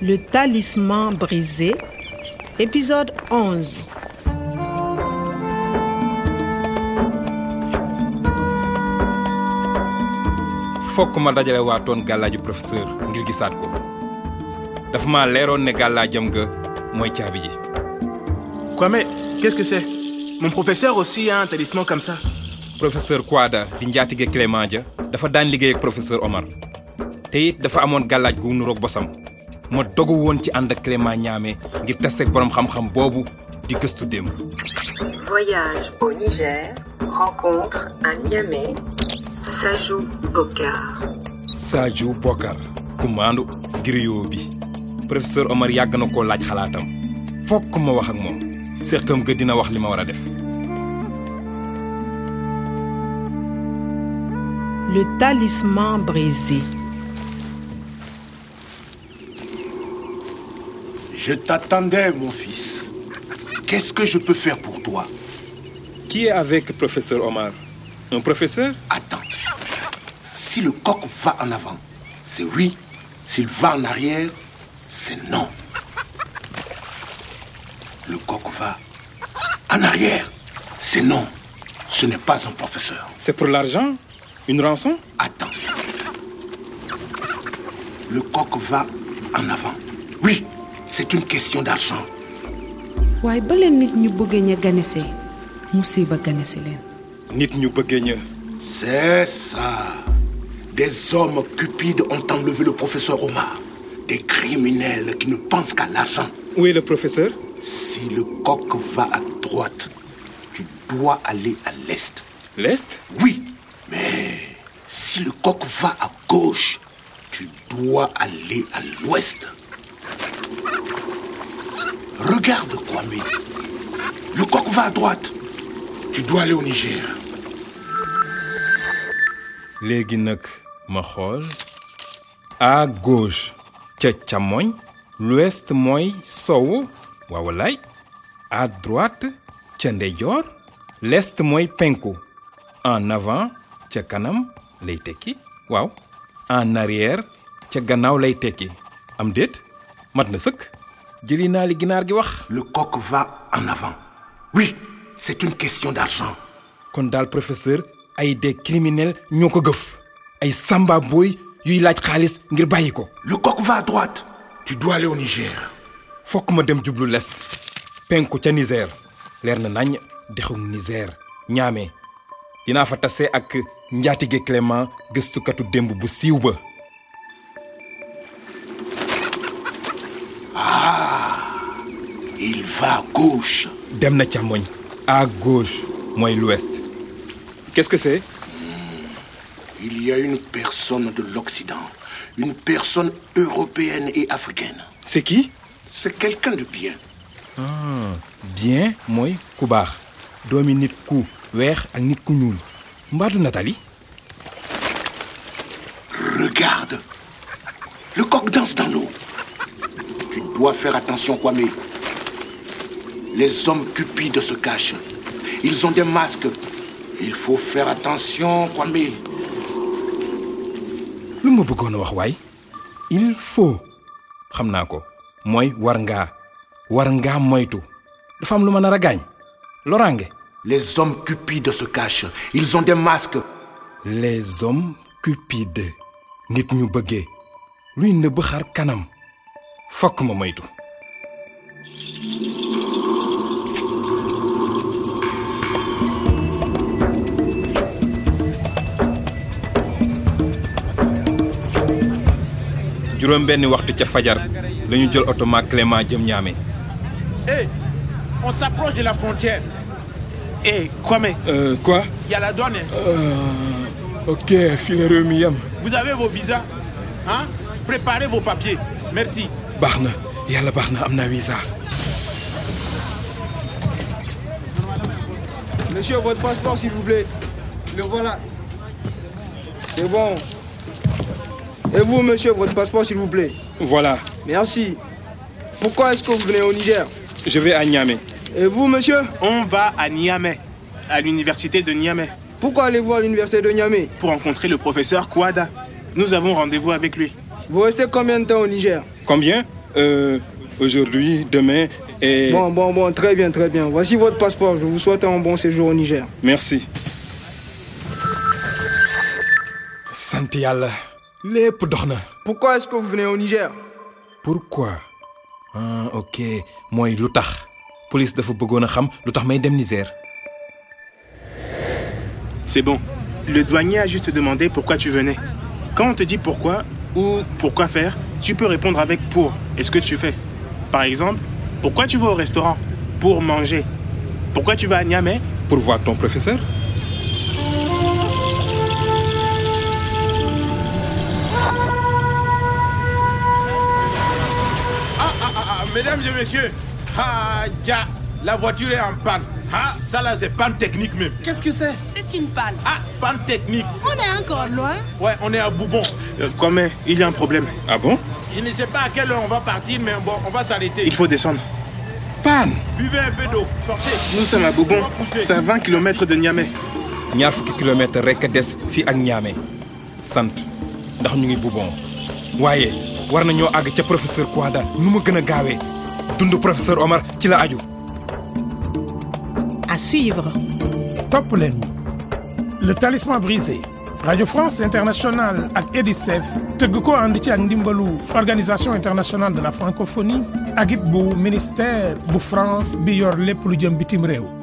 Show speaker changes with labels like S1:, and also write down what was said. S1: Le talisman brisé, épisode 11.
S2: fokk ma dajale waatoon gàllaaju professeur ngir gisaat ko dafa ma leeroon ne gàllaajam ga mooy caabi ji
S3: Kwame, qu'est-ce que c'est Mon professeur aussi a un talisman comme ça.
S2: professeur Kouada di njaatige Clément Dia dafa daan liggéey ak professeur Omar te it dafa amoon gàllaaj gu nuroog bosam ma dogu woon ci ànd ak Clément Niamé ngir testeeg borom xam-xam boobu di gëstu démb
S4: Voyage au Niger, rencontre à Niamey, Sajou Bokar.
S2: Sadio Bokar kumaandu giriyoo bi professeur Omar yàgg na koo laaj xalaatam fokk ma wax ak moom séqam ga dina wax li ma war a def
S1: Le talisman brisé.
S5: Je t'attendais, mon fils. Qu'est-ce que je peux faire pour toi
S2: Qui est avec professeur Omar Un professeur
S5: Attends. Si le coq va en avant, c'est oui. S'il va en arrière, c'est non. Le coq va en arrière, c'est non. Ce n'est pas un professeur.
S2: C'est pour l'argent Une rançon
S5: Attends. Le coq va en avant. Oui, c'est une question d'argent.
S6: waaye ba leen nit ñu bëggee ña ganese musiba ganese leen
S2: nit ñu bëggee ña
S5: C'est ça. Des hommes cupides ont enlevé le professeur Omar. Des criminels qui ne pensent qu'à l'argent.
S2: Où est le professeur
S5: Si le coq va à droite, tu dois aller à l'est.
S2: L'Est
S5: Oui, mais si le coq va à gauche, tu dois aller à l'ouest. Regarde, Kwame. Le coq va à droite. Tu dois aller au Niger.
S2: léegi nag ma xool à gauche ca càmmoñ l'ouest mooy sowu waawalaay à droite ca ndeyjoor l'est mooy penku en avant ca kanam lay tekki waaw en arrière ca gannaaw lay tekki am déet mat na sëkk jëli naa li ginaar gi wax
S5: Le coq va en avant. Oui, c'est une question d'argent.
S2: kon daal professeur ay des criminels ñoo ko gëf ay samba booy yuy laaj xaalis ngir bàyyi ko
S5: Le coq va à droite. Tu dois aller au Niger.
S2: fokk ma dem jublu lest penku ca Niger leer na nañ dexum Niger ñaame dinaa fa tase ak njaatige Clément gëstukatu démb bu siiw ba
S5: Il va à gauche.
S2: dem na càmmoñ à gauche mooy l'ouest qu'est-ce que c'est
S5: Il y a une personne de l'Occident, une personne européenne et africaine.
S2: c'est qui
S5: C'est quelqu'un de bien.
S2: bien mooy ku baax doomi nit ku weex ak nit ku ñuul mbaadu Nathalie
S5: Regarde. Le coq danse dans l'eau. Tu dois faire attention, Kwame. Les hommes cupides se cachent. Ils ont des masques. Il faut faire attention, Kwame.
S2: lu ma bëggoon a wax waay il faut xam naa ko mooy war ngaa war ngaa moytu dafa am lu ma nar a gaañ loraange
S5: Les hommes cupides se cachent. Ils ont des masques.
S2: les hommes cupides nit ñu bëggee luy nëbb xar kanam fokk ma moytu juróom benn waxtu ca fajar lañu jël oto maag Clément jëm ñaame
S7: On s'approche de la frontière.
S3: Hé, Kwame,
S2: euh quoi Euh,
S7: Il y a la douane. hein.
S2: ok fii la réew mi yam
S7: Vous avez vos visas. Hein Préparez vos papiers. Merci.
S2: baax na yàlla baax na am naa visa
S8: Monsieur, votre passeport, s'il vous plaît. Le voilà. C'est bon. Et vous, monsieur, votre passeport, s'il vous plaît.
S2: voilà
S8: Merci. Pourquoi est-ce que vous venez au Niger
S2: je vais à Niamey
S8: Et vous, monsieur
S3: on va à Niamey, à l'université de Niamey,
S8: Pourquoi allez-vous à l'université de Niamey
S3: pour rencontrer le professeur Kouada. Nous avons rendez-vous avec lui.
S8: Vous restez combien de temps au Niger
S2: combien euh, aujourd'hui, demain et...
S8: Bon, bon, bon, très bien, très bien. Voici votre passeport. Je vous souhaite un bon séjour au Niger.
S2: Merci. sant yàlla lépp dox na
S8: Pourquoi est-ce que vous venez au Niger
S2: pourquoi ah ok mooy lu tax police dafa bëggoon a xam lu tax may dem Niger
S3: C'est bon. Le douanier a juste demandé pourquoi tu venais. Quand on te dit pourquoi ou pourquoi faire, tu peux répondre avec pour et ce que tu fais. Par exemple, pourquoi tu vas au restaurant Pour manger. Pourquoi tu vas à Niamey
S2: pour voir ton professeur
S7: Ah, ah, ah, ah, mesdames et messieurs, ah, ya, la voiture est en panne. Ah, ça là, c'est panne technique même.
S9: Qu'est-ce que c'est C'est une panne.
S7: Ah, panne technique.
S9: On est encore loin.
S7: Ouais, on est à Boubon.
S3: Euh, Kwame, il y a un problème.
S2: ah bon
S7: Je ne sais pas à quelle heure on va partir, mais bon, on va s'arrêter.
S3: Il faut descendre.
S2: paan
S7: Buvez un peu d'eau, sortez.
S3: Nous sommes à Boubon. C'est à 20 km de Niamey.
S2: ñaar fukki kilomètre rekk a des fii ak ñaame sant ndax ñu ngi bubon waaye war nañoo àgg ca professeur Kouada nu mu gën a gaawee dund professeur Omar ci la aju
S1: À suivre.
S10: Topp leen ñu. le talisman brisé radio france internationale ak edicef tëgg ko ànd ci ak ndimbalu organisation internationale de la francophonie ak it bu ministère bu france bi yor lépp lu jëm bitim réew